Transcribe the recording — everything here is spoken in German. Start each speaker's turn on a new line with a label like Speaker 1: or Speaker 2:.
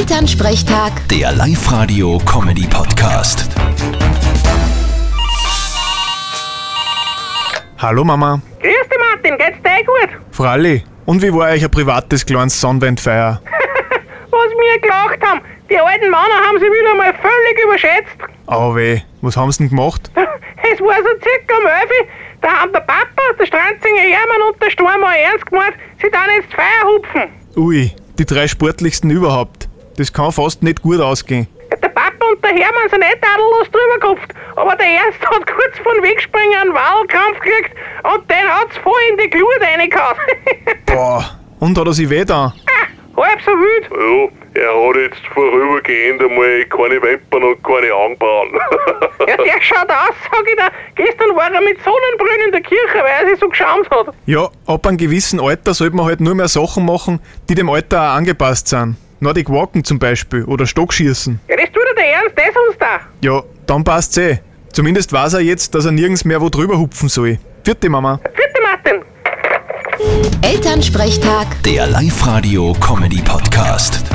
Speaker 1: Elternsprechtag,
Speaker 2: Der Live-Radio-Comedy-Podcast.
Speaker 3: Hallo Mama.
Speaker 4: Grüß dich, Martin, geht's dir eh gut?
Speaker 3: Fralli, und wie war euch ein privates kleines Sonnenwendfeier?
Speaker 4: Was wir gelacht haben, die alten Männer haben sie wieder mal völlig überschätzt.
Speaker 3: Au weh, was haben sie denn gemacht?
Speaker 4: Es war so circa um 11 Uhr, da haben der Papa, der Stranzinger Hermann und der Stormer ernst gemeint, sie dann ins Feuer hupfen.
Speaker 3: Ui, die drei sportlichsten überhaupt. Das kann fast nicht gut ausgehen.
Speaker 4: Der Papa und der Hermann sind nicht tadellos drüber gehupft, aber der Erste hat kurz von Wegspringen einen Wahlkampf gekriegt und den hat's voll in die Glut reingehauen.
Speaker 3: Boah, und hat er sich weh da?
Speaker 4: Halb so wild.
Speaker 5: Ja, er hat jetzt vorübergehend einmal keine Wimpern und keine Augenbrauen.
Speaker 4: Ja, der schaut aus, sag ich dir. Gestern war er mit Sonnenbrünnen in der Kirche, weil er sich so geschämt hat.
Speaker 3: Ja, ab einem gewissen Alter sollte man halt nur mehr Sachen machen, die dem Alter auch angepasst sind. Nordic Walken zum Beispiel oder Stockschießen.
Speaker 4: Ja, das tut er der Ernst, das uns da.
Speaker 3: Ja, dann passt's eh. Zumindest weiß er jetzt, dass er nirgends mehr wo drüber hupfen soll. Vierte Mama.
Speaker 4: Vierte Martin.
Speaker 1: Elternsprechtag.
Speaker 2: Der Live-Radio-Comedy-Podcast.